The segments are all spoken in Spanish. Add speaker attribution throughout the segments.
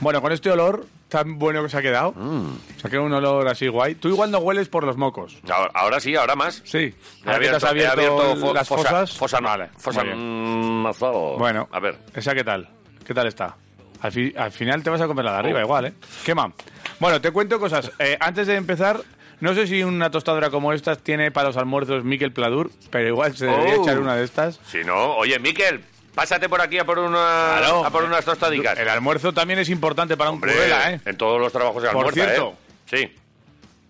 Speaker 1: Bueno, con este olor tan bueno que se ha quedado,
Speaker 2: Mm.
Speaker 1: se ha quedado un olor así guay. Tú igual no hueles por los mocos.
Speaker 2: Ahora, ahora sí, ahora más.
Speaker 1: Sí.
Speaker 2: He
Speaker 1: Ahora que te has
Speaker 2: abierto, he
Speaker 1: abierto
Speaker 2: abierto fo-
Speaker 1: las
Speaker 2: fosa-
Speaker 1: fosas.
Speaker 2: Fosa, no, fosa
Speaker 1: muy
Speaker 2: mm, azado.
Speaker 1: Bueno,
Speaker 2: A ver.
Speaker 1: ¿Esa qué tal? ¿Qué tal está? Al, fi- al final te vas a comer la de
Speaker 2: Oh.
Speaker 1: arriba, igual, ¿eh? ¿Qué mam? Bueno, te cuento cosas. Eh, antes de empezar, no sé si una tostadora como estas tiene para los almuerzos Miquel Pladur, pero igual se debería
Speaker 2: Oh.
Speaker 1: echar una de estas.
Speaker 2: Si no, oye, Miquel, pásate por aquí a por, una,
Speaker 1: Claro.
Speaker 2: a por unas tostadicas.
Speaker 1: El almuerzo también es importante para un
Speaker 2: Hombre,
Speaker 1: currela, ¿eh?
Speaker 2: En todos los trabajos se
Speaker 1: Por
Speaker 2: almuerza,
Speaker 1: cierto.
Speaker 2: ¿eh? Sí.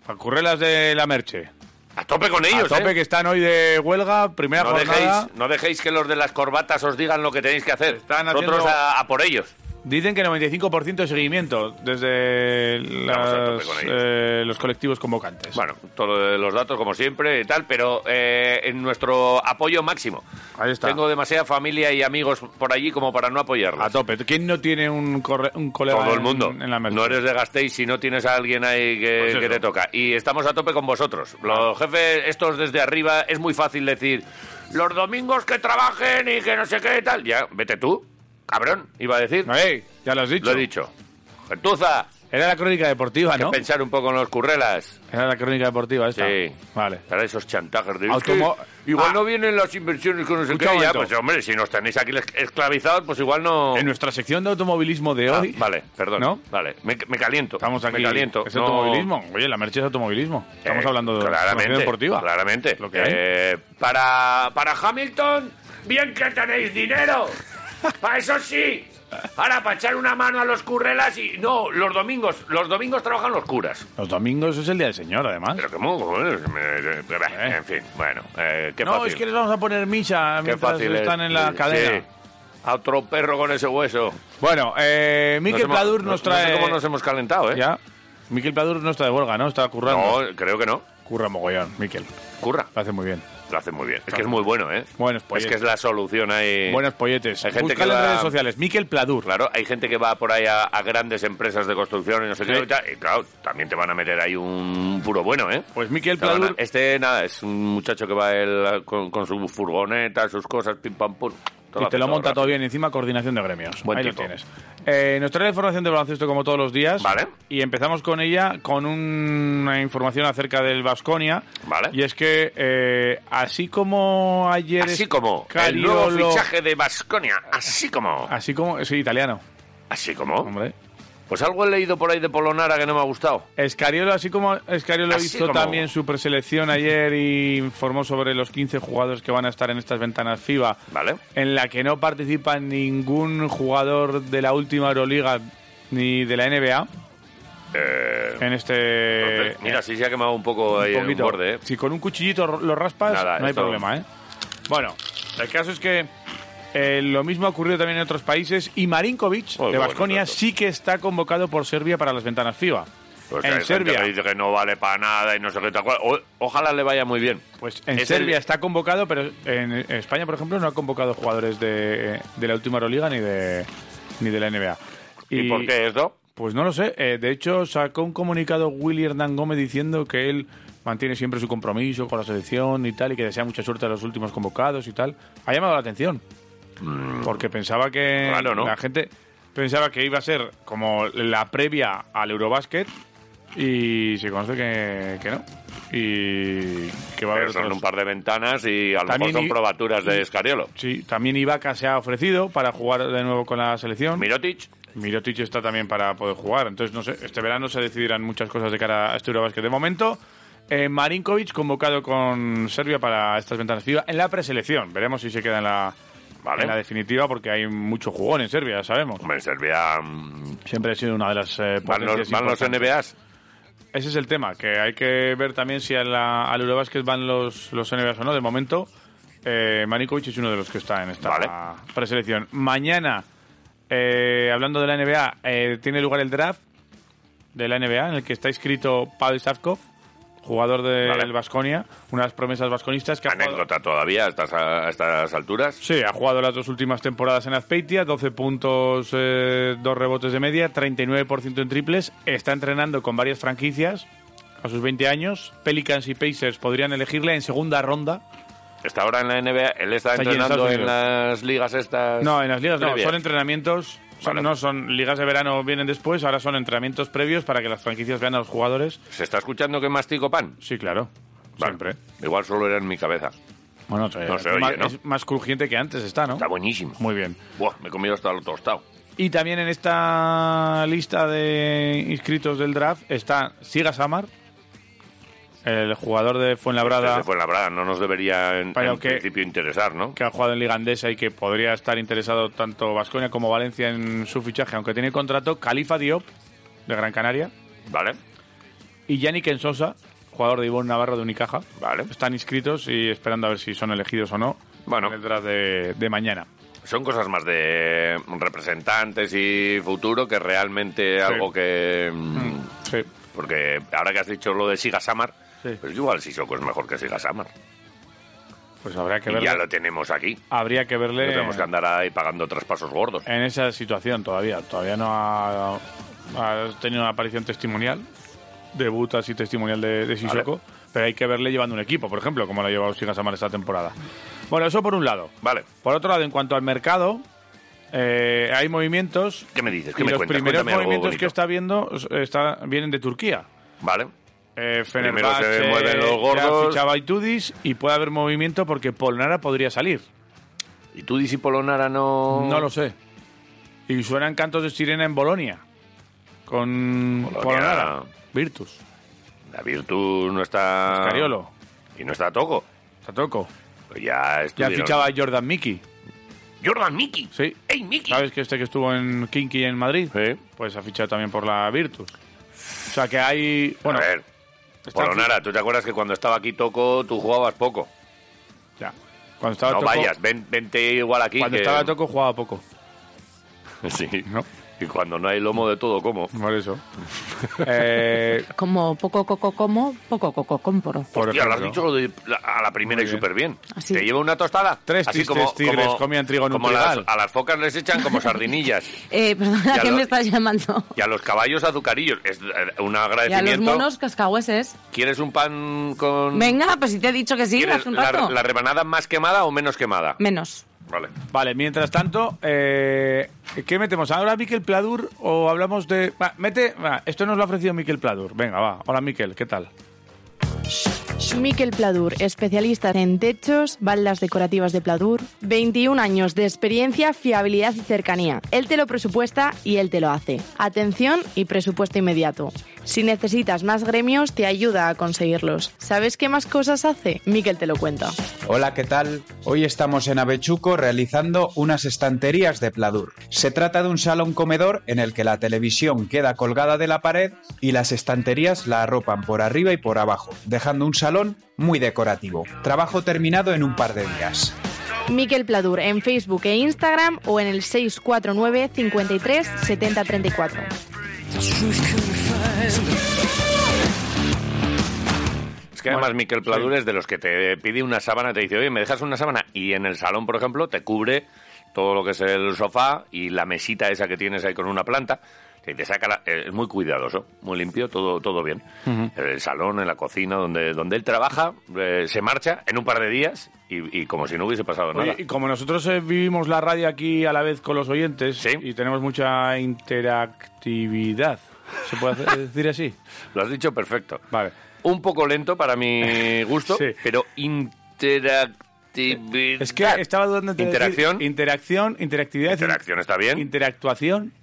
Speaker 1: Para currelas de la merche.
Speaker 2: A tope con
Speaker 1: A
Speaker 2: ellos,
Speaker 1: tope
Speaker 2: ¿eh?
Speaker 1: que están hoy de huelga, primera
Speaker 2: No
Speaker 1: jornada.
Speaker 2: dejéis, no dejéis que los de las corbatas os digan lo que tenéis que hacer.
Speaker 1: Están haciendo-
Speaker 2: Nosotros a, a por ellos.
Speaker 1: Dicen que 95% de seguimiento desde
Speaker 2: Vamos a tope
Speaker 1: las,
Speaker 2: con ellos.
Speaker 1: eh, los colectivos convocantes.
Speaker 2: Bueno, todos los datos como siempre y tal, pero eh, en nuestro apoyo máximo.
Speaker 1: Ahí está.
Speaker 2: Tengo demasiada familia y amigos por allí como para no
Speaker 1: A
Speaker 2: apoyarlos.
Speaker 1: tope. ¿Quién no tiene un, corre- un colega
Speaker 2: Todo el
Speaker 1: en-
Speaker 2: mundo.
Speaker 1: en la merced?
Speaker 2: no eres de Gasteiz si no tienes a alguien ahí que,
Speaker 1: Pues eso. Ah.
Speaker 2: que te toca. Y estamos a tope con vosotros. Los jefes, estos desde arriba, es muy fácil decir, los domingos que trabajen y que no sé qué y tal. Ya, vete tú, cabrón, iba a decir.
Speaker 1: Ey, ya lo has dicho.
Speaker 2: Lo he dicho. Gentuza,
Speaker 1: Era la crónica deportiva,
Speaker 2: hay
Speaker 1: ¿no?
Speaker 2: que pensar un poco en los currelas.
Speaker 1: Era la crónica deportiva esta.
Speaker 2: Sí.
Speaker 1: Vale.
Speaker 2: Para esos chantajes de...
Speaker 1: Automo-
Speaker 2: Es que Igual
Speaker 1: Ah.
Speaker 2: no vienen las inversiones que no sé
Speaker 1: Un
Speaker 2: qué. Ya,
Speaker 1: momento.
Speaker 2: pues hombre, si nos tenéis aquí esclavizados, pues igual no...
Speaker 1: En nuestra sección de automovilismo de
Speaker 2: Ah,
Speaker 1: hoy.
Speaker 2: vale, perdón.
Speaker 1: ¿No?
Speaker 2: Vale, me, me caliento.
Speaker 1: Estamos aquí.
Speaker 2: Me caliento.
Speaker 1: Es
Speaker 2: No-
Speaker 1: automovilismo. Oye, la merche es automovilismo. Estamos
Speaker 2: Eh,
Speaker 1: hablando de información deportiva.
Speaker 2: Claramente.
Speaker 1: Lo que hay.
Speaker 2: Eh, para, para Hamilton, bien que tenéis dinero. para eso sí. Ahora, para echar una mano a los currelas y. No, los domingos. Los domingos trabajan los curas.
Speaker 1: Los domingos es el día del señor, además.
Speaker 2: Pero que moco, eh, me- eh, En fin, bueno. eh, qué
Speaker 1: no,
Speaker 2: fácil.
Speaker 1: es que les vamos a poner misa
Speaker 2: qué
Speaker 1: mientras
Speaker 2: fácil. es.
Speaker 1: están en la
Speaker 2: Sí.
Speaker 1: cadena.
Speaker 2: A otro perro con ese hueso.
Speaker 1: Bueno, eh,
Speaker 2: Nos
Speaker 1: Miquel
Speaker 2: hemos-
Speaker 1: Pladur
Speaker 2: no-
Speaker 1: nos trae.
Speaker 2: No sé cómo nos hemos calentado, ¿eh?
Speaker 1: Ya. Miquel Pladur no está de huelga, ¿no? Está currando.
Speaker 2: No, creo que no.
Speaker 1: Curra mogollón, Miquel.
Speaker 2: Curra.
Speaker 1: Lo hace muy bien.
Speaker 2: Lo hace muy bien. Es que es muy bueno, ¿eh?
Speaker 1: Buenos
Speaker 2: Es
Speaker 1: polletes.
Speaker 2: que es la solución ahí.
Speaker 1: Buenos polletes.
Speaker 2: Hay gente
Speaker 1: Búscalo
Speaker 2: que
Speaker 1: en
Speaker 2: va-
Speaker 1: redes sociales. Miquel Pladur.
Speaker 2: Claro, hay gente que va por ahí a, a grandes empresas de construcción y no sé qué.
Speaker 1: Sí.
Speaker 2: y tal, y claro, también te van a meter ahí un puro bueno, ¿eh?
Speaker 1: Pues Miquel
Speaker 2: Te van a-
Speaker 1: Pladur.
Speaker 2: Este, nada, es un muchacho que va él con, con su furgoneta, sus cosas, pim pam pum.
Speaker 1: Y
Speaker 2: Todo hace
Speaker 1: te lo monta
Speaker 2: rápido.
Speaker 1: todo bien, encima coordinación de gremios.
Speaker 2: Buen
Speaker 1: Ahí
Speaker 2: tipo.
Speaker 1: lo tienes. Eh, nos trae información de baloncesto como todos los días.
Speaker 2: Vale.
Speaker 1: Y empezamos con ella con un- una información acerca del Vasconia.
Speaker 2: Vale.
Speaker 1: Y es que eh, así como ayer.
Speaker 2: Así como el nuevo
Speaker 1: Scariolo-
Speaker 2: fichaje de Basconia, así como,
Speaker 1: Así como. Sí, italiano.
Speaker 2: así como.
Speaker 1: Hombre.
Speaker 2: Pues algo he leído por ahí de Polonara que no me ha gustado.
Speaker 1: Escariolo, así como Escariolo
Speaker 2: Así
Speaker 1: hizo
Speaker 2: como-
Speaker 1: también su preselección ayer y informó sobre los 15 jugadores que van a estar en estas ventanas FIBA,
Speaker 2: Vale.
Speaker 1: en la que no participa ningún jugador de la última Euroliga ni de la NBA,
Speaker 2: Eh,
Speaker 1: en este...
Speaker 2: mira, sí se ha quemado un poco ahí
Speaker 1: un
Speaker 2: el
Speaker 1: poquito.
Speaker 2: borde, ¿eh?
Speaker 1: Si con un cuchillito lo raspas,
Speaker 2: Nada,
Speaker 1: no hay
Speaker 2: esto-
Speaker 1: problema, ¿eh? Bueno, el caso es que eh, lo mismo ha ocurrido también en otros países y Marinkovic,
Speaker 2: Oh,
Speaker 1: de
Speaker 2: qué bueno,
Speaker 1: Vasconia,
Speaker 2: tanto.
Speaker 1: sí que está convocado por Serbia para las ventanas FIBA.
Speaker 2: Pues que hay
Speaker 1: en
Speaker 2: gente
Speaker 1: Serbia.
Speaker 2: que dice que no vale para nada y no sé qué tal cual. O- ojalá le vaya muy bien.
Speaker 1: Pues en
Speaker 2: Es
Speaker 1: Serbia
Speaker 2: el-
Speaker 1: está convocado, pero en España, por ejemplo, no ha convocado jugadores de, eh, de la última Euroliga ni de, ni de la NBA.
Speaker 2: ¿Y, por qué esto?
Speaker 1: Pues no lo sé. Eh, de hecho, sacó un comunicado Willy Hernán Gómez diciendo que él mantiene siempre su compromiso con la selección y tal, y que desea mucha suerte a los últimos convocados y tal. Ha llamado la atención. Porque pensaba que
Speaker 2: Claro, Mm. ¿no?
Speaker 1: la gente pensaba que iba a ser como la previa al Eurobasket y se conoce que, que no. Y que va a pues, haber
Speaker 2: Pero son
Speaker 1: otros.
Speaker 2: un par de ventanas y a lo
Speaker 1: También
Speaker 2: mejor son
Speaker 1: y-
Speaker 2: probaturas
Speaker 1: Mm.
Speaker 2: de Escariolo.
Speaker 1: Sí, también Ibaka se ha ofrecido para jugar de nuevo con la selección.
Speaker 2: Mirotic,
Speaker 1: Mirotic está también para poder jugar. Entonces, no sé, este verano se decidirán muchas cosas de cara a este Eurobasket. De momento, eh, Marinkovic convocado con Serbia para estas ventanas FIBA en la preselección. Veremos si se queda en la,
Speaker 2: Vale.
Speaker 1: en la definitiva porque hay mucho jugón en Serbia, ya sabemos.
Speaker 2: hombre, en Serbia. mm,
Speaker 1: Siempre ha sido una de las eh,
Speaker 2: Van los,
Speaker 1: potencias
Speaker 2: van los
Speaker 1: importantes.
Speaker 2: NBAs.
Speaker 1: Ese es el tema, que hay que ver también si a la, al Eurobasket van los, los NBAs o no. De momento, eh, Marinkovic es uno de los que está en esta
Speaker 2: Vale.
Speaker 1: preselección. Mañana, eh, hablando de la NBA, eh, tiene lugar el draft de la NBA en el que está inscrito Pavel Stavkov, jugador del
Speaker 2: Vale.
Speaker 1: Vasconia, una de las promesas vasconistas que ha jugado-
Speaker 2: Anécdota todavía a estas, a estas alturas.
Speaker 1: Sí, ha jugado las dos últimas temporadas en Azpeitia, 12 puntos, eh, dos rebotes de media, 39% en triples. Está entrenando con varias franquicias a sus 20 años. Pelicans y Pacers podrían elegirle en segunda ronda.
Speaker 2: Está ahora en la NBA. Él
Speaker 1: Está
Speaker 2: está,
Speaker 1: aquí en
Speaker 2: entrenando
Speaker 1: Estados
Speaker 2: en
Speaker 1: Unidos.
Speaker 2: las ligas estas.
Speaker 1: No, en las ligas no,
Speaker 2: previas.
Speaker 1: son entrenamientos Son- no son ligas de verano, vienen después, ahora son entrenamientos previos para que las franquicias vean a los jugadores.
Speaker 2: ¿Se está escuchando que mastico pan?
Speaker 1: Sí, claro.
Speaker 2: Vale.
Speaker 1: Siempre.
Speaker 2: Igual solo era en mi cabeza.
Speaker 1: Bueno,
Speaker 2: No
Speaker 1: es,
Speaker 2: se oye,
Speaker 1: más,
Speaker 2: ¿no?
Speaker 1: es más crujiente que antes está, ¿no?
Speaker 2: Está buenísimo.
Speaker 1: Muy bien.
Speaker 2: Buah, me he comido hasta lo tostado.
Speaker 1: Y también en esta lista de inscritos del draft está Siga Samar, el jugador de Fuenlabrada
Speaker 2: Desde Fuenlabrada no nos debería en,
Speaker 1: Pero
Speaker 2: en
Speaker 1: que-
Speaker 2: principio interesar, ¿no?
Speaker 1: que ha jugado en Liga Andesa y que podría estar interesado tanto Vasconia como Valencia en su fichaje, aunque tiene contrato Califa Diop de Gran Canaria
Speaker 2: Vale,
Speaker 1: y Yannick Ensosa, jugador de Ivonne Navarro de Unicaja.
Speaker 2: vale.
Speaker 1: Están inscritos y esperando a ver si son elegidos o no
Speaker 2: Bueno.
Speaker 1: en el draft de, de mañana.
Speaker 2: Son cosas más de representantes y futuro que realmente algo que... mm,
Speaker 1: Sí.
Speaker 2: Porque ahora que has dicho lo de Siga Samar,
Speaker 1: Sí.
Speaker 2: pues igual Sissoko es mejor que Siga Samar.
Speaker 1: Pues habrá que
Speaker 2: Y ya lo
Speaker 1: verle.
Speaker 2: tenemos aquí.
Speaker 1: Habría que
Speaker 2: No
Speaker 1: verle.
Speaker 2: tenemos que andar ahí pagando traspasos gordos.
Speaker 1: en esa situación todavía. Todavía no ha, ha tenido una aparición testimonial, debut así testimonial de, de Sissoko, pero hay que verle llevando un equipo, por ejemplo, como lo ha llevado Sigasamar esta temporada. Bueno, eso por un lado.
Speaker 2: Vale.
Speaker 1: Por otro lado, en cuanto al mercado, eh, hay movimientos.
Speaker 2: ¿Qué me dices? ¿Qué
Speaker 1: Y
Speaker 2: me
Speaker 1: los
Speaker 2: cuentas?
Speaker 1: primeros
Speaker 2: Cuéntame algo
Speaker 1: movimientos
Speaker 2: bonito.
Speaker 1: que está viendo está, vienen de Turquía.
Speaker 2: Vale.
Speaker 1: Eh,
Speaker 2: Primero se
Speaker 1: Fenerbahce
Speaker 2: mueven los gordos.
Speaker 1: ya fichaba a Itudis y puede haber movimiento porque Polnara podría salir.
Speaker 2: ¿Y tú, Disipolonara, no...?
Speaker 1: No lo sé. Y suenan cantos de sirena en Bolonia. Con
Speaker 2: Bolonia.
Speaker 1: Polonara. Virtus.
Speaker 2: La Virtus no está...
Speaker 1: Cariolo.
Speaker 2: Y no está Togo.
Speaker 1: Tatoco.
Speaker 2: Pues ya
Speaker 1: Ya
Speaker 2: estuvieron...
Speaker 1: fichaba a Jordan Mickey.
Speaker 2: Jordan Mickey.
Speaker 1: Sí.
Speaker 2: ¡Ey, Mickey!
Speaker 1: ¿Sabes que este que estuvo en Kinky en Madrid?
Speaker 2: Sí.
Speaker 1: Pues ha fichado también por la Virtus. O sea que hay. Bueno,
Speaker 2: a ver,
Speaker 1: está-
Speaker 2: Polonara, ¿tú te acuerdas que cuando estaba aquí Toco tú jugabas poco?
Speaker 1: Ya. Cuando estaba
Speaker 2: no
Speaker 1: Ah, Toco,
Speaker 2: vayas, ven, vente igual aquí.
Speaker 1: Cuando
Speaker 2: que-
Speaker 1: estaba Toco jugaba poco.
Speaker 2: Sí.
Speaker 1: ¿No?
Speaker 2: Y cuando no hay lomo de todo, ¿cómo?
Speaker 1: Por eso. Eh,
Speaker 3: Como poco coco como, poco coco compro.
Speaker 1: por
Speaker 2: Hostia, lo has
Speaker 1: ejemplo.
Speaker 2: dicho lo de la- a la primera
Speaker 1: Muy
Speaker 2: y
Speaker 1: bien.
Speaker 2: súper bien.
Speaker 3: Así.
Speaker 2: ¿Te lleva una tostada?
Speaker 1: Tres
Speaker 2: Así
Speaker 1: tristes tigres comían trigo en un
Speaker 2: como las-
Speaker 1: trigal.
Speaker 2: A las focas les echan como sardinillas.
Speaker 3: Eh, perdona,
Speaker 2: Ya
Speaker 3: ¿qué
Speaker 2: lo-
Speaker 3: me estás llamando?
Speaker 2: Y a los caballos azucarillos. Es eh, un
Speaker 3: Y a los
Speaker 2: agradecimiento.
Speaker 3: monos cascahueses.
Speaker 2: ¿Quieres un pan con...?
Speaker 3: Venga, pues si te he dicho que sí,
Speaker 2: ¿Quieres
Speaker 3: hace un
Speaker 2: la,
Speaker 3: rato.
Speaker 2: la rebanada más quemada o menos quemada?
Speaker 3: Menos.
Speaker 2: Vale.
Speaker 1: Vale, mientras tanto, eh, ¿qué metemos? ¿Ahora Miquel Pladur o hablamos de...? Va, mete... va, esto nos lo ha ofrecido Miquel Pladur. Venga, va. Hola, Miquel, ¿qué tal?
Speaker 4: Miquel Pladur, especialista en techos, baldas decorativas de Pladur, 21 años de experiencia, fiabilidad y cercanía. Él te lo presupuesta y él te lo hace. Atención y presupuesto inmediato. Si necesitas más gremios, te ayuda a conseguirlos. ¿Sabes qué más cosas hace? Miquel te lo cuenta.
Speaker 5: Hola, ¿qué tal? Hoy estamos en Avechuco realizando unas estanterías de Pladur. Se trata de un salón comedor en el que la televisión queda colgada de la pared y las estanterías la arropan por arriba y por abajo, dejando un salón muy decorativo. Trabajo terminado en un par de días.
Speaker 4: Miquel Pladur en Facebook e Instagram o en el 649 53 70 34.
Speaker 2: Es que además Miquel Pladur es de los que te pide una sábana, te dice, oye, ¿me dejas una sábana? Y en el salón, por ejemplo, te cubre todo lo que es el sofá y la mesita esa que tienes ahí con una planta. Y te saca la- eh, es muy cuidadoso, muy limpio, todo, todo bien. El salón, en la cocina, donde, donde él trabaja, eh, se marcha en un par de días y, y como si no hubiese pasado
Speaker 1: Oye,
Speaker 2: nada.
Speaker 1: y como nosotros eh, vivimos la radio aquí a la vez con los oyentes
Speaker 2: Sí.
Speaker 1: y tenemos mucha interactividad, ¿se puede hacer- decir así?
Speaker 2: Lo has dicho perfecto.
Speaker 1: Vale.
Speaker 2: Un poco lento para mi gusto,
Speaker 1: Sí.
Speaker 2: pero interactividad.
Speaker 1: Es que estaba dudando entre decir
Speaker 2: Interacción.
Speaker 1: interacción, interactividad...
Speaker 2: Interacción está bien.
Speaker 1: Interactuación.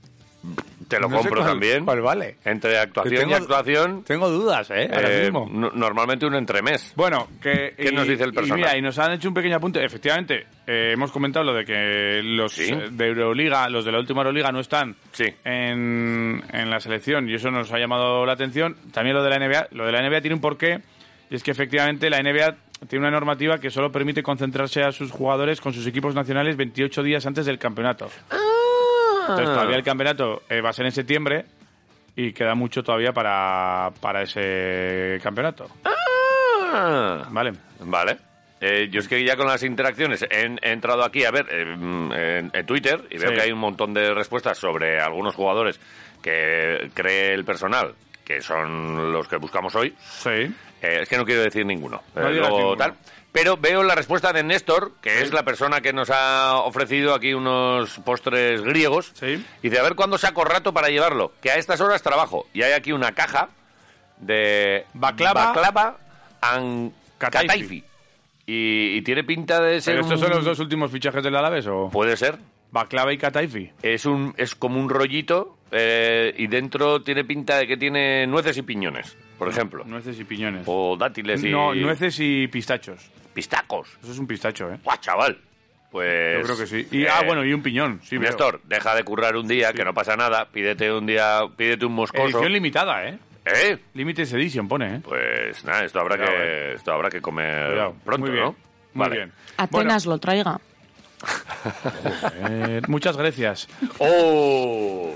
Speaker 2: Te lo
Speaker 1: No sé
Speaker 2: compro
Speaker 1: cuál-
Speaker 2: también.
Speaker 1: cuál vale.
Speaker 2: Entre actuación
Speaker 1: Tengo-
Speaker 2: y actuación.
Speaker 1: Tengo dudas, ¿eh? Ahora
Speaker 2: eh,
Speaker 1: mismo.
Speaker 2: no- normalmente un entremés.
Speaker 1: Bueno, que,
Speaker 2: ¿Qué
Speaker 1: y-
Speaker 2: nos dice el
Speaker 1: y
Speaker 2: personal?
Speaker 1: mira, y nos han hecho un pequeño apunte. Efectivamente, eh, hemos comentado lo de que los
Speaker 2: Sí.
Speaker 1: eh, de Euroliga, los de la última Euroliga, no están
Speaker 2: Sí.
Speaker 1: en, en la selección y eso nos ha llamado la atención. También lo de la NBA. Lo de la NBA tiene un porqué y es que efectivamente la NBA tiene una normativa que solo permite concentrarse a sus jugadores con sus equipos nacionales 28 días antes del campeonato. Ah.
Speaker 2: Ah.
Speaker 1: Entonces todavía el campeonato eh, va a ser en septiembre y queda mucho todavía para, para ese campeonato.
Speaker 2: Ah.
Speaker 1: Vale.
Speaker 2: Vale. Eh, yo es que ya con las interacciones he, he entrado aquí a ver eh, mm, en, en Twitter y veo
Speaker 1: Sí.
Speaker 2: que hay un montón de respuestas sobre algunos jugadores que cree el personal que son los que buscamos hoy.
Speaker 1: Sí.
Speaker 2: Eh, es que no quiero decir ninguno.
Speaker 1: No
Speaker 2: Eh,
Speaker 1: digas
Speaker 2: luego
Speaker 1: ninguno.
Speaker 2: tal. Pero veo la respuesta de Néstor, que es la persona que nos ha ofrecido aquí unos postres griegos.
Speaker 1: Sí.
Speaker 2: Y dice, a ver cuándo saco rato para llevarlo, que a estas horas trabajo. Y hay aquí una caja de
Speaker 1: Baklava.
Speaker 2: baklava and
Speaker 1: Kataifi.
Speaker 2: kataifi. Y, y tiene pinta de ser
Speaker 1: ¿Pero estos son
Speaker 2: un-
Speaker 1: los dos últimos fichajes del Alavés o...?
Speaker 2: Puede ser.
Speaker 1: Baclava y Cataifi.
Speaker 2: Es, un, es como un rollito eh, y dentro tiene pinta de que tiene nueces y piñones, por ejemplo.
Speaker 1: Nueces y piñones.
Speaker 2: O dátiles y
Speaker 1: No, nueces y pistachos.
Speaker 2: pistacos.
Speaker 1: Eso es un pistacho, ¿eh?
Speaker 2: ¡Guau, chaval! Pues...
Speaker 1: Yo creo que sí. Y,
Speaker 2: eh,
Speaker 1: ah, bueno, y un piñón. Sí, veo.
Speaker 2: Néstor, deja de currar un día, que no pasa nada. Pídete un día, pídete un moscoso.
Speaker 1: Edición limitada, ¿eh?
Speaker 2: ¿Eh?
Speaker 1: Limited Edition pone, ¿eh?
Speaker 2: Pues nada, esto habrá,
Speaker 1: Cuidado, eh.
Speaker 2: que, esto habrá que comer
Speaker 1: Cuidado.
Speaker 2: pronto,
Speaker 1: Muy bien.
Speaker 2: ¿no?
Speaker 1: Muy
Speaker 2: Vale.
Speaker 1: bien.
Speaker 3: Atenas lo traiga.
Speaker 1: Eh, muchas gracias.
Speaker 2: ¡Oh!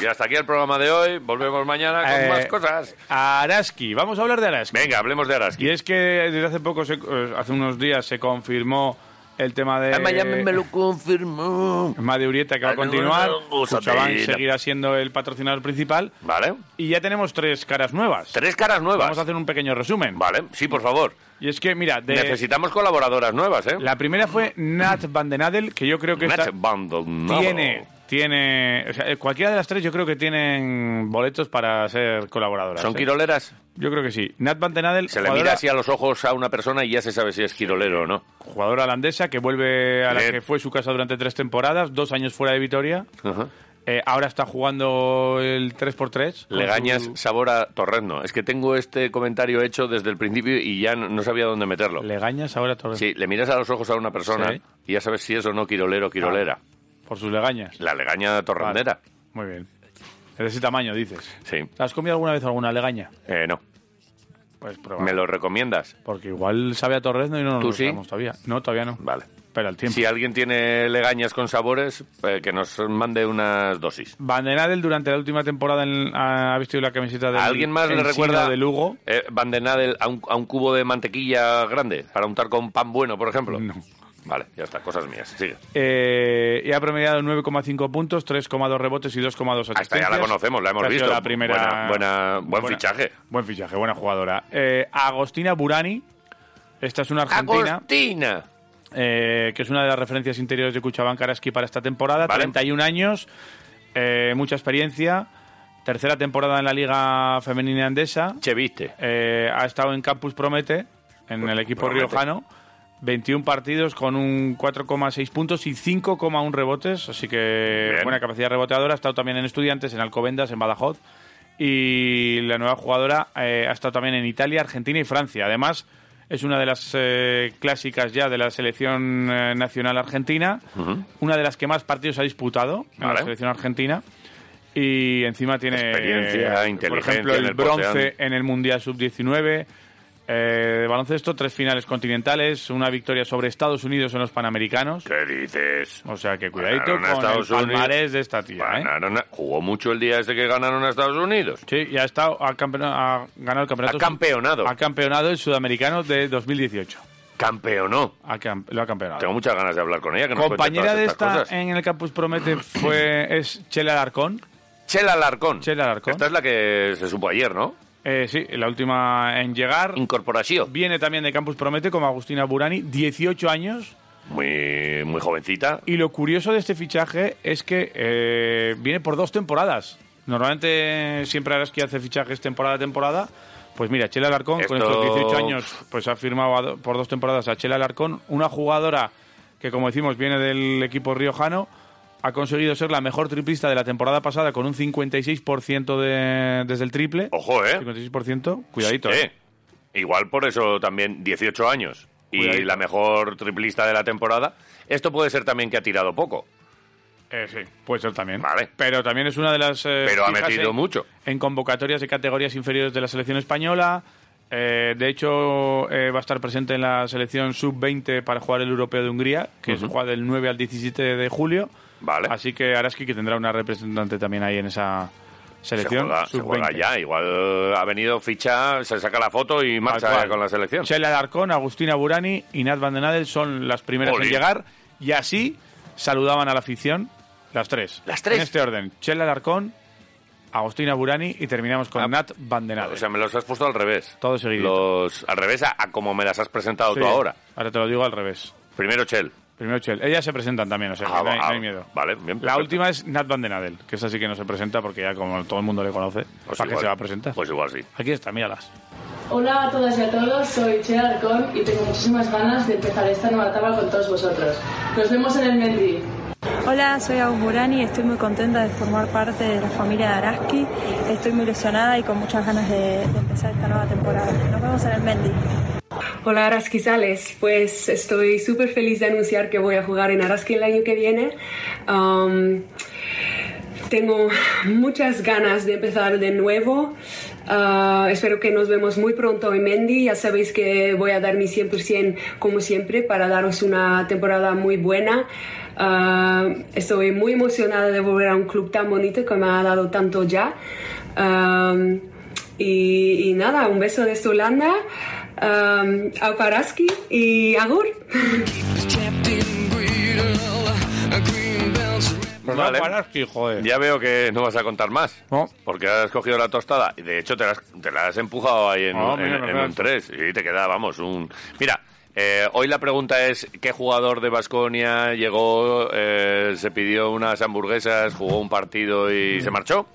Speaker 2: Y hasta aquí el programa de hoy. Volvemos mañana con
Speaker 1: Eh,
Speaker 2: más cosas.
Speaker 1: Araski. Vamos a hablar de Araski.
Speaker 2: Venga, hablemos de Araski.
Speaker 1: Y es que desde hace poco, se- eh, hace unos días, se confirmó el tema de...
Speaker 2: Ah, Miami me lo confirmó.
Speaker 1: Madre Urieta que va a
Speaker 2: Ay, me
Speaker 1: continuar.
Speaker 2: duele la cosa,
Speaker 1: Cuchaban
Speaker 2: tira.
Speaker 1: seguirá siendo el patrocinador principal.
Speaker 2: Vale.
Speaker 1: Y ya tenemos tres caras nuevas.
Speaker 2: Tres caras nuevas.
Speaker 1: Vamos a hacer un pequeño resumen.
Speaker 2: Vale, sí, por favor.
Speaker 1: Y es que, mira, de...
Speaker 2: Necesitamos colaboradoras nuevas, ¿eh?
Speaker 1: La primera fue Nat Van den Adel, que yo creo que
Speaker 2: Nacho
Speaker 1: esta
Speaker 2: Bandonado.
Speaker 1: tiene, tiene, o sea, eh, cualquiera de las tres yo creo que tienen boletos para ser colaboradoras.
Speaker 2: ¿Son
Speaker 1: ¿eh?
Speaker 2: quiroleras?
Speaker 1: Yo creo que sí. Nat Van den Adel,
Speaker 2: Se le
Speaker 1: jugadora,
Speaker 2: mira así a los ojos a una persona y ya se sabe si es quirolero o no.
Speaker 1: jugadora holandesa que vuelve a la
Speaker 2: Bien.
Speaker 1: que fue su casa durante tres temporadas, dos años fuera de Vitoria.
Speaker 2: Ajá.
Speaker 1: Eh, ahora está jugando el 3x3. con
Speaker 2: Legañas
Speaker 1: su-
Speaker 2: sabor a torrezno. Es que tengo este comentario hecho desde el principio y ya no no sabía dónde meterlo.
Speaker 1: Legañas ahora todo
Speaker 2: Sí, le miras a los ojos a una persona
Speaker 1: Sí.
Speaker 2: y ya sabes si es o no quirolero o quirolera.
Speaker 1: por sus legañas.
Speaker 2: La legaña torrendera.
Speaker 1: Vale. Muy bien. Es de ese tamaño, dices.
Speaker 2: Sí.
Speaker 1: ¿Has comido alguna vez alguna legaña?
Speaker 2: Eh, no.
Speaker 1: Pues prueba.
Speaker 2: ¿Me lo recomiendas?
Speaker 1: Porque igual sabe a torrezno y no nos
Speaker 2: ¿Tú
Speaker 1: lo
Speaker 2: sí?
Speaker 1: sabemos todavía. No, todavía no.
Speaker 2: Vale.
Speaker 1: Pero al tiempo.
Speaker 2: Si alguien tiene legañas con sabores, eh, que nos mande unas dosis.
Speaker 1: Van den Adel durante la última temporada en- ha vestido la camiseta de
Speaker 2: ¿A alguien más le recuerda
Speaker 1: de Lugo.
Speaker 2: eh, Van den Adel a un, a un cubo de mantequilla grande para untar con pan bueno, por ejemplo?
Speaker 1: No.
Speaker 2: Vale, ya está, cosas mías. Sigue.
Speaker 1: Eh, y ha promediado 9,5 puntos, 3,2 rebotes y 2,2 asistencias.
Speaker 2: Hasta ya la conocemos, la hemos
Speaker 1: Ha sido
Speaker 2: visto.
Speaker 1: la primera-
Speaker 2: Buena- buena- buen fichaje.
Speaker 1: Buen fichaje, buena jugadora. Eh, Agostina Burani, esta es una argentina,
Speaker 2: ¡Agostina!
Speaker 1: eh, que es una de las referencias interiores de Cuchaban Karaski para esta temporada.
Speaker 2: Vale.
Speaker 1: 31 años, eh, mucha experiencia, tercera temporada en la Liga Femenina Andesa.
Speaker 2: Che, viste.
Speaker 1: Eh, ha estado en Campus Promete, en el equipo
Speaker 2: Pues Promete.
Speaker 1: riojano. 21 partidos con un 4,6 puntos y 5,1 rebotes, así que
Speaker 2: Bien.
Speaker 1: buena capacidad reboteadora. Ha estado también en Estudiantes, en Alcobendas, en Badajoz. Y la nueva jugadora eh, ha estado también en Italia, Argentina y Francia. Además, es una de las eh, clásicas ya de la selección eh, nacional argentina, una de las que más partidos ha disputado en
Speaker 2: Vale.
Speaker 1: la selección argentina. Y encima tiene
Speaker 2: Experiencia,
Speaker 1: por
Speaker 2: inteligencia
Speaker 1: ejemplo,
Speaker 2: en
Speaker 1: el,
Speaker 2: el
Speaker 1: bronce
Speaker 2: poteón.
Speaker 1: en el Mundial Sub-19. eh, de baloncesto, tres finales continentales, una victoria sobre Estados Unidos en los Panamericanos.
Speaker 2: ¿Qué dices?
Speaker 1: O sea que cuidadito
Speaker 2: Ganaron
Speaker 1: con
Speaker 2: a
Speaker 1: el
Speaker 2: Estados Unidos.
Speaker 1: palmarés de esta tía. ¿eh?
Speaker 2: Ganaron a- Jugó mucho el día este que ganaron a Estados Unidos.
Speaker 1: Sí, y ha, estado, ha, campeona- ha ganado el campeonato.
Speaker 2: Ha campeonado.
Speaker 1: Ha campeonado el sudamericano de 2018.
Speaker 2: Campeonó.
Speaker 1: Ha cam- lo ha campeonado.
Speaker 2: Tengo muchas ganas de hablar con ella. Que nos cuente
Speaker 1: Compañera
Speaker 2: todas
Speaker 1: de
Speaker 2: estas
Speaker 1: esta
Speaker 2: cosas.
Speaker 1: en el Campus Promete fue es Chela Alarcón.
Speaker 2: Chela Alarcón.
Speaker 1: Chela Alarcón.
Speaker 2: Esta es la que se supo ayer, ¿no?
Speaker 1: Eh, sí, la última en llegar.
Speaker 2: Mm. Incorporación.
Speaker 1: Viene también de Campus Promete como Agustina Burani, 18 años.
Speaker 2: Muy, muy jovencita.
Speaker 1: Y lo curioso de este fichaje es que eh, viene por dos temporadas. Normalmente siempre harás que hace fichajes temporada a temporada. Pues mira, Chela Alarcón con
Speaker 2: Esto-
Speaker 1: estos 18 años pues ha firmado a do- por dos temporadas a Chela Alarcón, una jugadora que como decimos viene del equipo riojano, ha conseguido ser la mejor triplista de la temporada pasada con un 56% de, desde el triple.
Speaker 2: Ojo, ¿eh?
Speaker 1: 56%, cuidadito.
Speaker 2: Eh,
Speaker 1: eh.
Speaker 2: Igual por eso también 18 años y
Speaker 1: Cuidadito.
Speaker 2: la mejor triplista de la temporada. Esto puede ser también que ha tirado poco,
Speaker 1: Eh, sí, puede ser también.
Speaker 2: Vale.
Speaker 1: Pero también es una de las. eh,
Speaker 2: pero ha
Speaker 1: fijas
Speaker 2: metido
Speaker 1: en-
Speaker 2: mucho.
Speaker 1: En convocatorias de categorías inferiores de la selección española. Eh, de hecho, eh, va a estar presente en la selección sub-20 para jugar el Europeo de Hungría, que se juega del 9 al 17 de julio.
Speaker 2: Vale.
Speaker 1: Así que Araski que tendrá una representante también ahí en esa
Speaker 2: Se
Speaker 1: selección.
Speaker 2: juega, se
Speaker 1: sub-20.
Speaker 2: juega ya, igual eh, ha venido ficha, se saca la foto y
Speaker 1: Tal
Speaker 2: marcha eh,
Speaker 1: cual.
Speaker 2: con la selección.
Speaker 1: Sheila Alarcón, Agustina Burani y Nat Van den Adel son las primeras
Speaker 2: Oli.
Speaker 1: en llegar. Y así saludaban a la afición las tres.
Speaker 2: Las tres.
Speaker 1: En este orden. Sheila Alarcón, Agostina Burani y terminamos con
Speaker 2: Ah,
Speaker 1: Nat Vandenade.
Speaker 2: O sea, me los has puesto al revés.
Speaker 1: Todo seguidito.
Speaker 2: Los, al revés a, a como me las has presentado
Speaker 1: Sí,
Speaker 2: tú ahora.
Speaker 1: Ahora te lo digo al revés.
Speaker 2: Primero Chell.
Speaker 1: Primero Chel. Ellas se presentan también, o sea, que
Speaker 2: Ah,
Speaker 1: no, hay,
Speaker 2: ah,
Speaker 1: no hay miedo.
Speaker 2: vale, bien,
Speaker 1: La
Speaker 2: perfecto.
Speaker 1: última es Nat Vandenadel, que esa sí que no se presenta porque ya como todo el mundo le conoce,
Speaker 2: Pues
Speaker 1: ¿para qué
Speaker 2: igual.
Speaker 1: se va a presentar?
Speaker 2: Pues igual sí.
Speaker 1: Aquí está, míralas.
Speaker 6: Hola a todas y a todos, soy Che Arcón y tengo muchísimas ganas de empezar esta nueva etapa con todos vosotros. Nos vemos en el Mendy.
Speaker 7: Hola, soy Agus Burani y estoy muy contenta de formar parte de la familia de Araski. Estoy muy ilusionada y con muchas ganas de, de empezar esta nueva temporada. Nos vemos en el Mendy.
Speaker 8: Hola Arasquizales, pues estoy súper feliz de anunciar que voy a jugar en Araski el año que viene. Um, Am, tengo muchas ganas de empezar de nuevo. Ah, espero que nos vemos muy pronto en Mendy. Ya sabéis que voy a dar mi 100% como siempre para daros una temporada muy buena. Ah, estoy muy emocionada de volver a un club tan bonito que me ha dado tanto ya. Am, y, y nada, un beso desde Holanda, am, a Paraski y Agur.
Speaker 2: Pues
Speaker 1: No
Speaker 2: vale.
Speaker 1: paras, que, joder.
Speaker 2: Ya veo que no vas a contar más.
Speaker 1: No.
Speaker 2: Porque has cogido la tostada. Y de hecho, te la has, te la has empujado ahí en,
Speaker 1: No,
Speaker 2: en-
Speaker 1: mira,
Speaker 2: en
Speaker 1: me
Speaker 2: un
Speaker 1: canso.
Speaker 2: 3. Y te queda, vamos, un. Mira. eh, hoy la pregunta es qué jugador de Basconia llegó, eh, se pidió unas hamburguesas, jugó un partido
Speaker 1: Mm.
Speaker 2: y se marchó.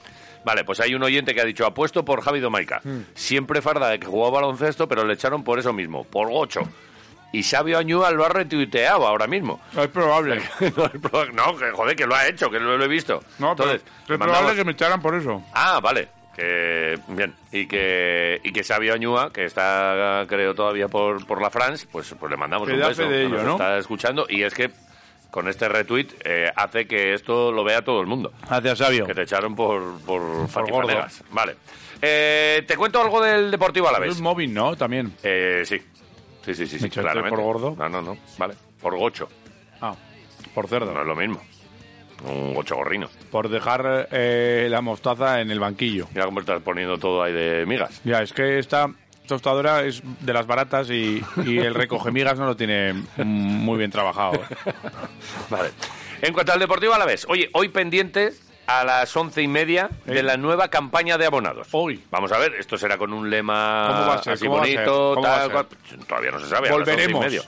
Speaker 2: Vale, pues hay un oyente que ha dicho apuesto por Javi Domaica.
Speaker 1: Mm.
Speaker 2: Siempre farda de que jugó baloncesto, pero le echaron por eso mismo, por 8. Y Sabio Añúa lo ha retuiteado ahora mismo.
Speaker 1: Es probable.
Speaker 2: no, es proba- no, que joder, que lo ha hecho, que lo, lo he visto.
Speaker 1: No, pero
Speaker 2: Entonces,
Speaker 1: es
Speaker 2: mandamos-
Speaker 1: probable que me echaran por eso.
Speaker 2: Ah, vale. Que, bien. Y que, y que Sabio Añúa, que está, creo, todavía por, por la France, pues, pues le mandamos
Speaker 1: Que
Speaker 2: un
Speaker 1: da
Speaker 2: beso.
Speaker 1: fe de ello,
Speaker 2: que nos
Speaker 1: ¿no?
Speaker 2: está escuchando. Y es que con este retweet eh, hace que esto lo vea todo el mundo.
Speaker 1: Gracias, Sabio.
Speaker 2: Que te echaron por, por,
Speaker 1: gordo.
Speaker 2: fatifanegas. Vale. Eh, te cuento algo del Deportivo a la
Speaker 1: Es
Speaker 2: vez.
Speaker 1: un móvil, ¿no? También.
Speaker 2: Eh, sí. Sí, sí, sí, sí,
Speaker 1: Me echaste
Speaker 2: claramente.
Speaker 1: por gordo.
Speaker 2: No, no, no. Vale. Por gocho.
Speaker 1: Ah, por cerdo.
Speaker 2: No es lo mismo. Un gocho gorrino.
Speaker 1: Por dejar eh, la mostaza en el banquillo.
Speaker 2: Mira cómo estás poniendo todo ahí de migas.
Speaker 1: Ya, es que esta tostadora es de las baratas y, y el recoge migas no lo tiene mm, muy bien trabajado.
Speaker 2: Vale. En cuanto al Deportivo a la vez, oye, hoy pendiente a las once y media de
Speaker 1: Eh.
Speaker 2: la nueva campaña de abonados.
Speaker 1: Hoy.
Speaker 2: Vamos a ver, esto será con un lema
Speaker 1: ¿Cómo va a ser?
Speaker 2: así
Speaker 1: ¿Cómo va a ser?
Speaker 2: bonito,
Speaker 1: ¿Cómo va a
Speaker 2: tal,
Speaker 1: ser?
Speaker 2: cual. Todavía no se sabe. a las once y
Speaker 1: Volveremos.
Speaker 2: media.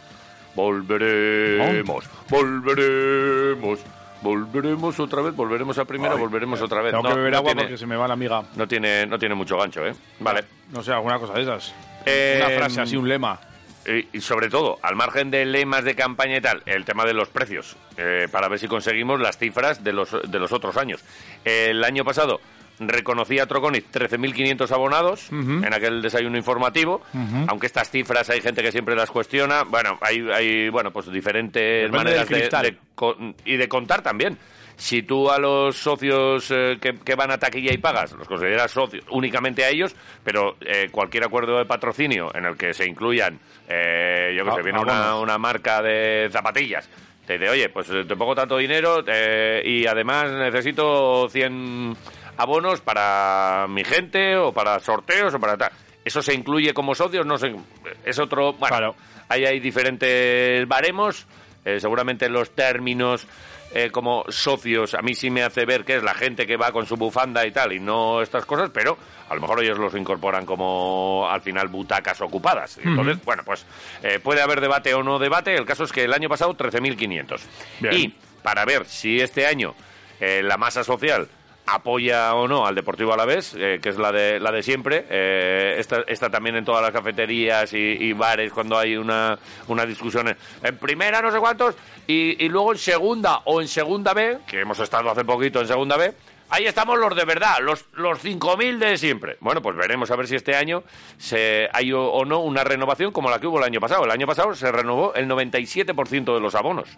Speaker 2: Volveremos, volveremos, volveremos otra vez, volveremos a primera, volveremos otra vez.
Speaker 1: Tengo que beber agua
Speaker 2: tiene,
Speaker 1: porque se me va la miga.
Speaker 2: no, tiene, no tiene mucho gancho, ¿eh? Vale.
Speaker 1: No sé, alguna cosa de esas.
Speaker 2: Eh,
Speaker 1: Una frase así, un lema.
Speaker 2: Eh, Y sobre todo, al margen de lemas de campaña y tal, el tema de los precios, eh, para ver si conseguimos las cifras de los, de los otros años. El año pasado reconocía a Troconic 13.500 abonados en aquel desayuno informativo, aunque estas cifras hay gente que siempre las cuestiona. Bueno, hay, hay bueno pues diferentes
Speaker 1: Depende del
Speaker 2: maneras de-
Speaker 1: cristal.
Speaker 2: de con- y de contar también. Si tú a los socios eh, que, que van a taquilla y pagas, los consideras socios únicamente a ellos, pero eh, cualquier acuerdo de patrocinio en el que se incluyan, eh, yo que
Speaker 1: Ah,
Speaker 2: sé, viene una,
Speaker 1: abonos.
Speaker 2: una marca de zapatillas, te dice, oye, pues eh, te pongo tanto dinero eh, y además necesito 100 abonos para mi gente o para sorteos o para tal. Eso se incluye como socios, no sé, es otro... Bueno,
Speaker 1: Claro.
Speaker 2: Ahí hay diferentes baremos. eh, seguramente los términos eh, como socios a mí sí me hace ver que es la gente que va con su bufanda y tal y no estas cosas, pero a lo mejor ellos los incorporan como al final butacas ocupadas. Y Entonces, bueno, pues eh, puede haber debate o no debate. El caso es que el año pasado 13.500.
Speaker 1: Bien.
Speaker 2: Y para ver si este año eh, la masa social apoya o no al Deportivo Alavés, eh, que es la de, la de siempre. eh, esta, esta también en todas las cafeterías y, y bares cuando hay una, una discusión en- en primera no sé cuántos y, y luego en segunda o en segunda B, que hemos estado hace poquito en segunda B. Ahí estamos los de verdad, los, los 5.000 de siempre. Bueno, pues veremos a ver si este año se, hay o, o no una renovación como la que hubo el año pasado. El año pasado se renovó el 97% de los abonos.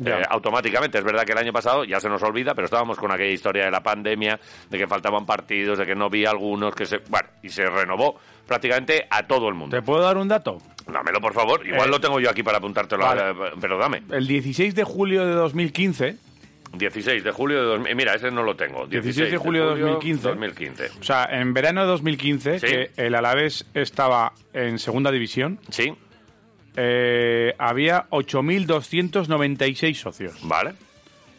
Speaker 1: Ya.
Speaker 2: Eh, automáticamente. Es verdad que el año pasado ya se nos olvida, pero estábamos con aquella historia de la pandemia, de que faltaban partidos, de que no había algunos, que se. Bueno, y se renovó prácticamente a todo el mundo.
Speaker 1: ¿Te puedo dar un dato?
Speaker 2: Dámelo, por favor. Igual
Speaker 1: Eh,
Speaker 2: lo tengo yo aquí para apuntártelo,
Speaker 1: vale.
Speaker 2: ahora, pero dame.
Speaker 1: El 16 de julio de 2015,
Speaker 2: 16 de julio de 2000. Mira, ese no lo tengo.
Speaker 1: 16 de julio de 2015.
Speaker 2: 2015.
Speaker 1: o sea, en verano de 2015,
Speaker 2: Sí.
Speaker 1: que el Alavés estaba en segunda división,
Speaker 2: Sí,
Speaker 1: eh, había 8.296 socios.
Speaker 2: vale.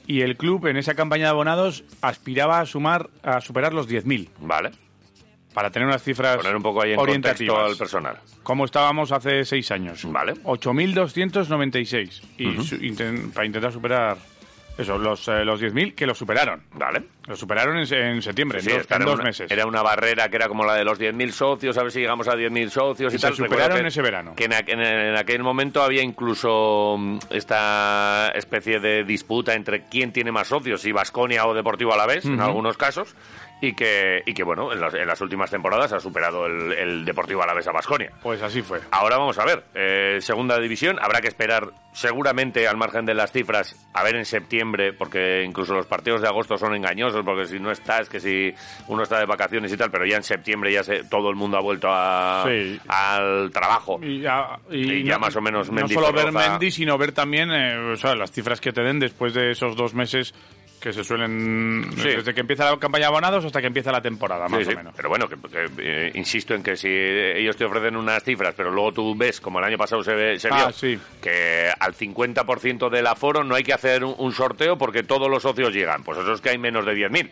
Speaker 1: y el club en esa campaña de abonados aspiraba a sumar a superar los 10.000
Speaker 2: Vale.
Speaker 1: para tener unas cifras
Speaker 2: Poner un poco ahí en
Speaker 1: Pues orientativas.
Speaker 2: contexto al personal.
Speaker 1: como estábamos hace seis años.
Speaker 2: Vale.
Speaker 1: 8.296. Y su- inten- para intentar superar eso, los, eh, los 10.000, que lo superaron.
Speaker 2: Vale.
Speaker 1: Lo superaron en, se- en septiembre,
Speaker 2: Sí,
Speaker 1: en dos,
Speaker 2: esta
Speaker 1: en
Speaker 2: era
Speaker 1: dos
Speaker 2: una-
Speaker 1: meses.
Speaker 2: Era una barrera que era como la de los 10.000 socios, a ver si llegamos a 10.000 socios y,
Speaker 1: Y se
Speaker 2: tal. Recuerdo
Speaker 1: superaron
Speaker 2: que-
Speaker 1: ese verano.
Speaker 2: Que en, aqu- en- en aquel momento había incluso mm, esta especie de disputa entre quién tiene más socios, si Vasconia o Deportivo a la vez, en algunos casos. Y que, y que bueno, en las, en las últimas temporadas ha superado el, el Deportivo a la vez a Vasconia.
Speaker 1: Pues así fue.
Speaker 2: Ahora vamos a ver, eh, segunda división, habrá que esperar seguramente al margen de las cifras, a ver en septiembre, porque incluso los partidos de agosto son engañosos, porque si no estás, que si uno está de vacaciones y tal, pero ya en septiembre ya se- todo el mundo ha vuelto a-
Speaker 1: Sí.
Speaker 2: al trabajo.
Speaker 1: Y ya, y
Speaker 2: Y ya más o menos Mendy
Speaker 1: No solo ver
Speaker 2: Zorroza-
Speaker 1: Mendy, sino ver también eh, o sea, las cifras que te den después de esos dos meses que se suelen...
Speaker 2: Sí.
Speaker 1: Desde que empieza la campaña de abonados hasta que empieza la temporada, más
Speaker 2: Sí, sí,
Speaker 1: o menos.
Speaker 2: Pero bueno, que, que, eh, insisto en que si ellos te ofrecen unas cifras, pero luego tú ves, como el año pasado se, ve- se
Speaker 1: Ah,
Speaker 2: vio,
Speaker 1: sí.
Speaker 2: que al 50% del aforo no hay que hacer un, un sorteo porque todos los socios llegan. Pues eso es que hay menos de 10.000.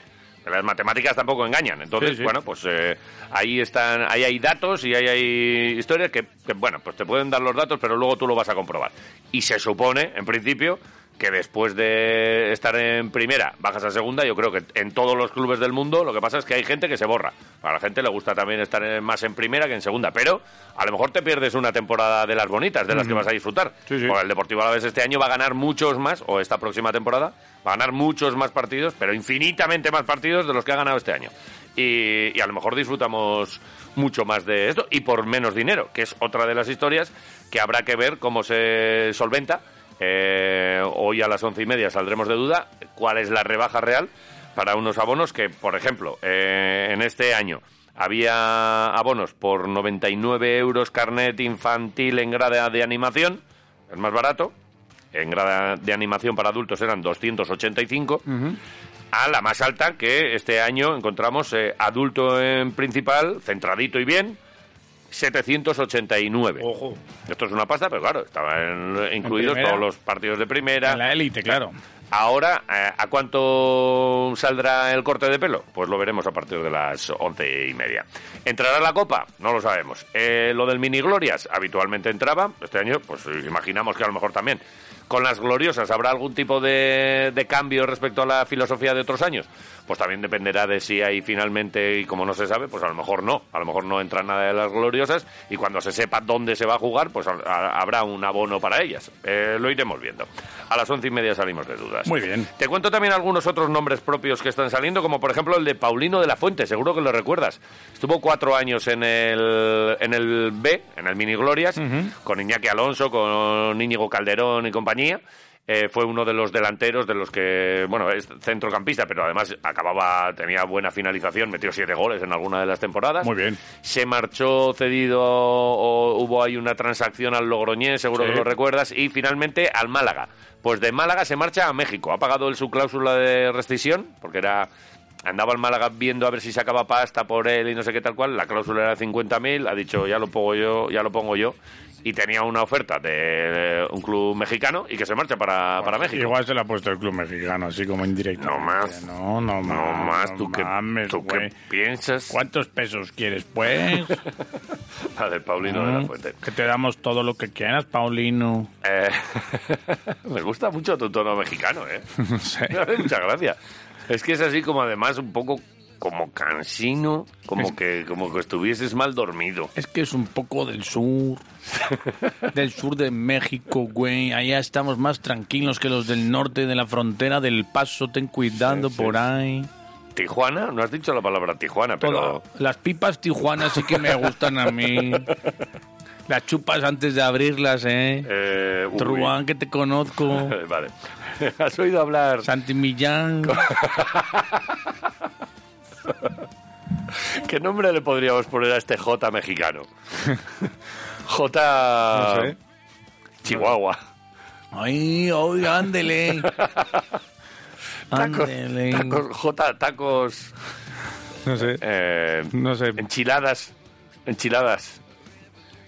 Speaker 2: Las matemáticas tampoco engañan. Entonces,
Speaker 1: Sí, sí.
Speaker 2: bueno, pues eh, ahí están, ahí hay datos y ahí hay historias que, que, bueno, pues te pueden dar los datos, pero luego tú lo vas a comprobar. Y se supone, en principio, que después de estar en primera, bajas a segunda. Yo creo que en todos los clubes del mundo lo que pasa es que hay gente que se borra. A la gente le gusta también estar en- más en primera que en segunda, pero a lo mejor te pierdes una temporada de las bonitas, de las que vas a disfrutar.
Speaker 1: Sí, sí.
Speaker 2: Porque el Deportivo Alavés este año va a ganar muchos más, o esta próxima temporada, va a ganar muchos más partidos, pero infinitamente más partidos de los que ha ganado este año. Y, y a lo mejor disfrutamos mucho más de esto y por menos dinero, que es otra de las historias que habrá que ver cómo se solventa. Eh, hoy a las once y media saldremos de duda cuál es la rebaja real para unos abonos que, por ejemplo, eh, en este año había abonos por 99 euros carnet infantil en grada de animación, es más barato. En grada de animación para adultos eran 285. A la más alta que este año encontramos eh, adulto en principal, centradito y bien, 789.
Speaker 1: Ojo.
Speaker 2: Esto es una pasta, pero claro, estaban eh, incluidos
Speaker 1: primera.
Speaker 2: todos los partidos de primera.
Speaker 1: En la élite, claro.
Speaker 2: Ahora, eh, ¿a cuánto saldrá el corte de pelo? Pues lo veremos a partir de las once y media. ¿Entrará la copa? No lo sabemos. Eh, lo del mini glorias, habitualmente entraba. Este año, pues imaginamos que a lo mejor también. Con las gloriosas, ¿habrá algún tipo de, de cambio respecto a la filosofía de otros años? Pues también dependerá de si hay finalmente, y como no se sabe, pues a lo mejor no. A lo mejor no entra nada de las gloriosas y cuando se sepa dónde se va a jugar, pues a- a- habrá un abono para ellas. Eh, lo iremos viendo. A las once y media salimos de dudas.
Speaker 1: Muy bien.
Speaker 2: Te cuento también algunos otros nombres propios que están saliendo, como por ejemplo el de Paulino de la Fuente, seguro que lo recuerdas. Estuvo cuatro años en el, en el B, en el Mini Glorias, con Iñaki Alonso, con Íñigo Calderón y compañía. Eh, fue uno de los delanteros de los que, bueno, es centrocampista, pero además acababa, tenía buena finalización, metió siete goles en alguna de las temporadas.
Speaker 1: Muy bien.
Speaker 2: Se marchó cedido o hubo ahí una transacción al Logroñés, seguro
Speaker 1: Sí.
Speaker 2: que lo recuerdas, y finalmente al Málaga. Pues de Málaga se marcha a México. Ha pagado él su cláusula de rescisión, porque era andaba el Málaga viendo a ver si sacaba pasta por él y no sé qué tal cual. La cláusula era de 50.000, ha dicho, ya lo pongo yo, ya lo pongo yo. Y tenía una oferta de un club mexicano y que se marcha para, para México.
Speaker 1: Pues Igual se la ha puesto el club mexicano, así como indirecto.
Speaker 2: No más.
Speaker 1: No, no más.
Speaker 2: No más, tú, qué-
Speaker 1: mames,
Speaker 2: tú qué
Speaker 1: güey.
Speaker 2: piensas.
Speaker 1: ¿Cuántos pesos quieres, pues?
Speaker 2: La del Paulino de la Fuente.
Speaker 1: que te damos todo lo que quieras, Paulino.
Speaker 2: Eh, me gusta mucho tu tono mexicano, ¿eh?
Speaker 1: No sé.
Speaker 2: Me hace mucha gracia. Es que es así como además un poco como cansino, como que como que estuvieses mal dormido.
Speaker 1: Es que es un poco del sur, del sur de México, güey. Allá estamos más tranquilos que los del norte de la frontera del Paso. Ten cuidado
Speaker 2: Sí, sí.
Speaker 1: por ahí.
Speaker 2: Tijuana, no has dicho la palabra Tijuana, pero
Speaker 1: Todo. Las pipas tijuanas sí que me gustan a mí. Las chupas antes de abrirlas, ¿eh?
Speaker 2: eh, uy. eh,
Speaker 1: Truán, que te conozco.
Speaker 2: vale. ¿Has oído hablar?
Speaker 1: Santi Millán.
Speaker 2: ¿Qué nombre le podríamos poner a este J mexicano? J
Speaker 1: No sé.
Speaker 2: Chihuahua.
Speaker 1: Ay, ay, ándele.
Speaker 2: Tacos,
Speaker 1: Ándele.
Speaker 2: tacos, J tacos
Speaker 1: No sé,
Speaker 2: eh,
Speaker 1: no sé.
Speaker 2: Enchiladas. Enchiladas.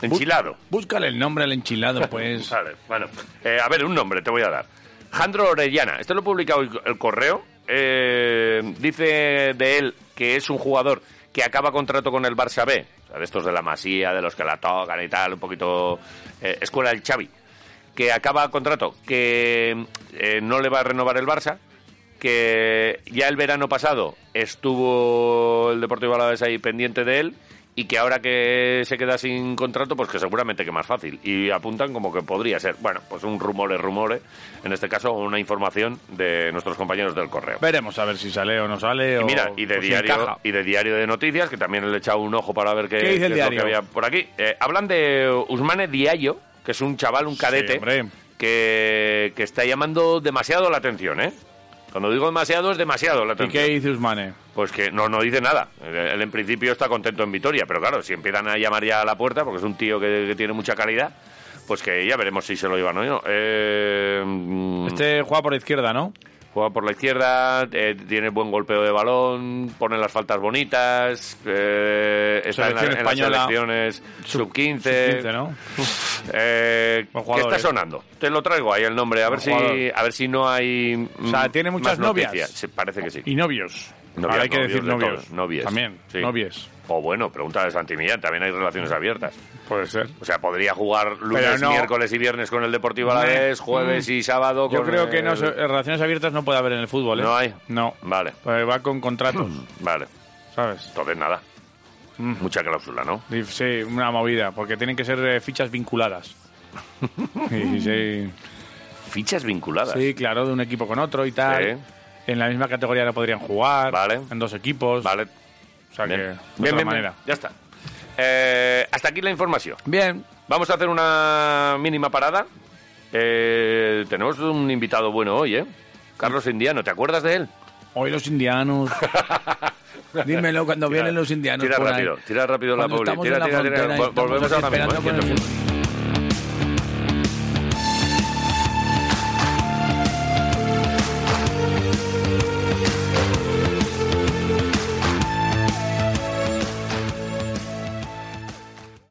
Speaker 2: Enchilado.
Speaker 1: Búscale el nombre al enchilado, pues.
Speaker 2: Vale, bueno. Eh, a ver, un nombre te voy a dar. Jandro Orellana, esto lo he publicado hoy el correo. eh, dice de él que es un jugador que acaba contrato con el Barça B, o sea, de estos de la Masía, de los que la tocan y tal, un poquito eh, escuela del Xavi, que acaba contrato, que eh, no le va a renovar el Barça, que ya el verano pasado estuvo el Deportivo Alavés ahí pendiente de él y que ahora que se queda sin contrato, pues que seguramente que más fácil. Y apuntan como que podría ser, bueno, pues un rumore, rumore, en este caso una información de nuestros compañeros del correo.
Speaker 1: Veremos a ver si sale o no sale.
Speaker 2: Y
Speaker 1: o-
Speaker 2: mira, y de,
Speaker 1: o pues, si
Speaker 2: diario,
Speaker 1: encaja.
Speaker 2: y de diario de noticias, que también le he echado un ojo para ver qué,
Speaker 1: ¿Qué dice el
Speaker 2: es lo que
Speaker 1: diario?
Speaker 2: había por aquí. Eh, hablan de Usmane Diallo, que es un chaval, un cadete,
Speaker 1: hombre.
Speaker 2: que, que está llamando demasiado la atención, ¿eh? Cuando digo demasiado, es demasiado la
Speaker 1: ¿Y
Speaker 2: atención.
Speaker 1: qué dice Usmane?
Speaker 2: Pues que no, no dice nada. Eh, Él en principio está contento en Vitoria, pero claro, si empiezan a llamar ya a la puerta, porque es un tío que, que tiene mucha calidad, pues que ya veremos si se lo llevan o no. Eh, mm,
Speaker 1: Este juega por izquierda, ¿no?
Speaker 2: Juega por la izquierda, eh, tiene buen golpeo de balón, pone las faltas bonitas, eh, está en, la-
Speaker 1: Selección
Speaker 2: en las
Speaker 1: española.
Speaker 2: selecciones sub-15.
Speaker 1: Sub-15, ¿no?
Speaker 2: Eh,
Speaker 1: Buen
Speaker 2: ¿Qué
Speaker 1: jugador,
Speaker 2: está
Speaker 1: eh.
Speaker 2: sonando? Te lo traigo ahí el nombre, a ver,
Speaker 1: Buen
Speaker 2: si,
Speaker 1: jugador.
Speaker 2: a ver si no hay... mm,
Speaker 1: O sea, tiene
Speaker 2: más
Speaker 1: muchas novias.
Speaker 2: noticias. Sí, parece que sí.
Speaker 1: Y novios.
Speaker 2: Novias,
Speaker 1: Ahora hay que
Speaker 2: novios
Speaker 1: decir
Speaker 2: de
Speaker 1: novios.
Speaker 2: todos, novies.
Speaker 1: También,
Speaker 2: Sí.
Speaker 1: novies.
Speaker 2: O bueno, pregunta de Santi Millán, también hay relaciones abiertas.
Speaker 1: Puede ser.
Speaker 2: O sea, podría jugar
Speaker 1: Pero
Speaker 2: lunes,
Speaker 1: no.
Speaker 2: miércoles y viernes con el Deportivo a la
Speaker 1: Hombre. mm.
Speaker 2: vez, jueves y sábado
Speaker 1: Yo
Speaker 2: con
Speaker 1: creo que
Speaker 2: el-
Speaker 1: no, se- relaciones abiertas no puede haber en el fútbol, ¿eh?
Speaker 2: ¿No hay? Mm.
Speaker 1: No.
Speaker 2: Vale,
Speaker 1: Pues va con contratos,
Speaker 2: vale.
Speaker 1: ¿sabes?
Speaker 2: Entonces nada. Mucha cláusula, ¿no?
Speaker 1: Y- Sí, una movida, porque tienen que ser eh, fichas vinculadas. Y sí,
Speaker 2: Fichas vinculadas.
Speaker 1: sí, claro, de un equipo con otro y tal.
Speaker 2: Sí.
Speaker 1: En la misma categoría no podrían jugar.
Speaker 2: Vale.
Speaker 1: En dos equipos.
Speaker 2: Vale.
Speaker 1: O sea que, de
Speaker 2: Bien.
Speaker 1: otra
Speaker 2: Bien, bien, bien.
Speaker 1: manera.
Speaker 2: Ya está. Eh, hasta aquí la información.
Speaker 1: Bien.
Speaker 2: Vamos a hacer una mínima parada. Eh, tenemos un invitado bueno hoy, ¿eh? Carlos Indiano, ¿te acuerdas de él?
Speaker 1: Hoy los indianos. Dímelo cuando vienen los indianos.
Speaker 2: Tira
Speaker 1: por ahí.
Speaker 2: rápido, tira rápido la
Speaker 1: Cuando
Speaker 2: publi.
Speaker 1: estamos
Speaker 2: Tira,
Speaker 1: en la
Speaker 2: tira, tira.
Speaker 1: frontera y
Speaker 2: Vol-
Speaker 1: estamos
Speaker 2: Volvemos
Speaker 1: así
Speaker 2: ahora mismo.
Speaker 1: esperando
Speaker 2: ¿eh?
Speaker 1: con el-
Speaker 2: Quieto.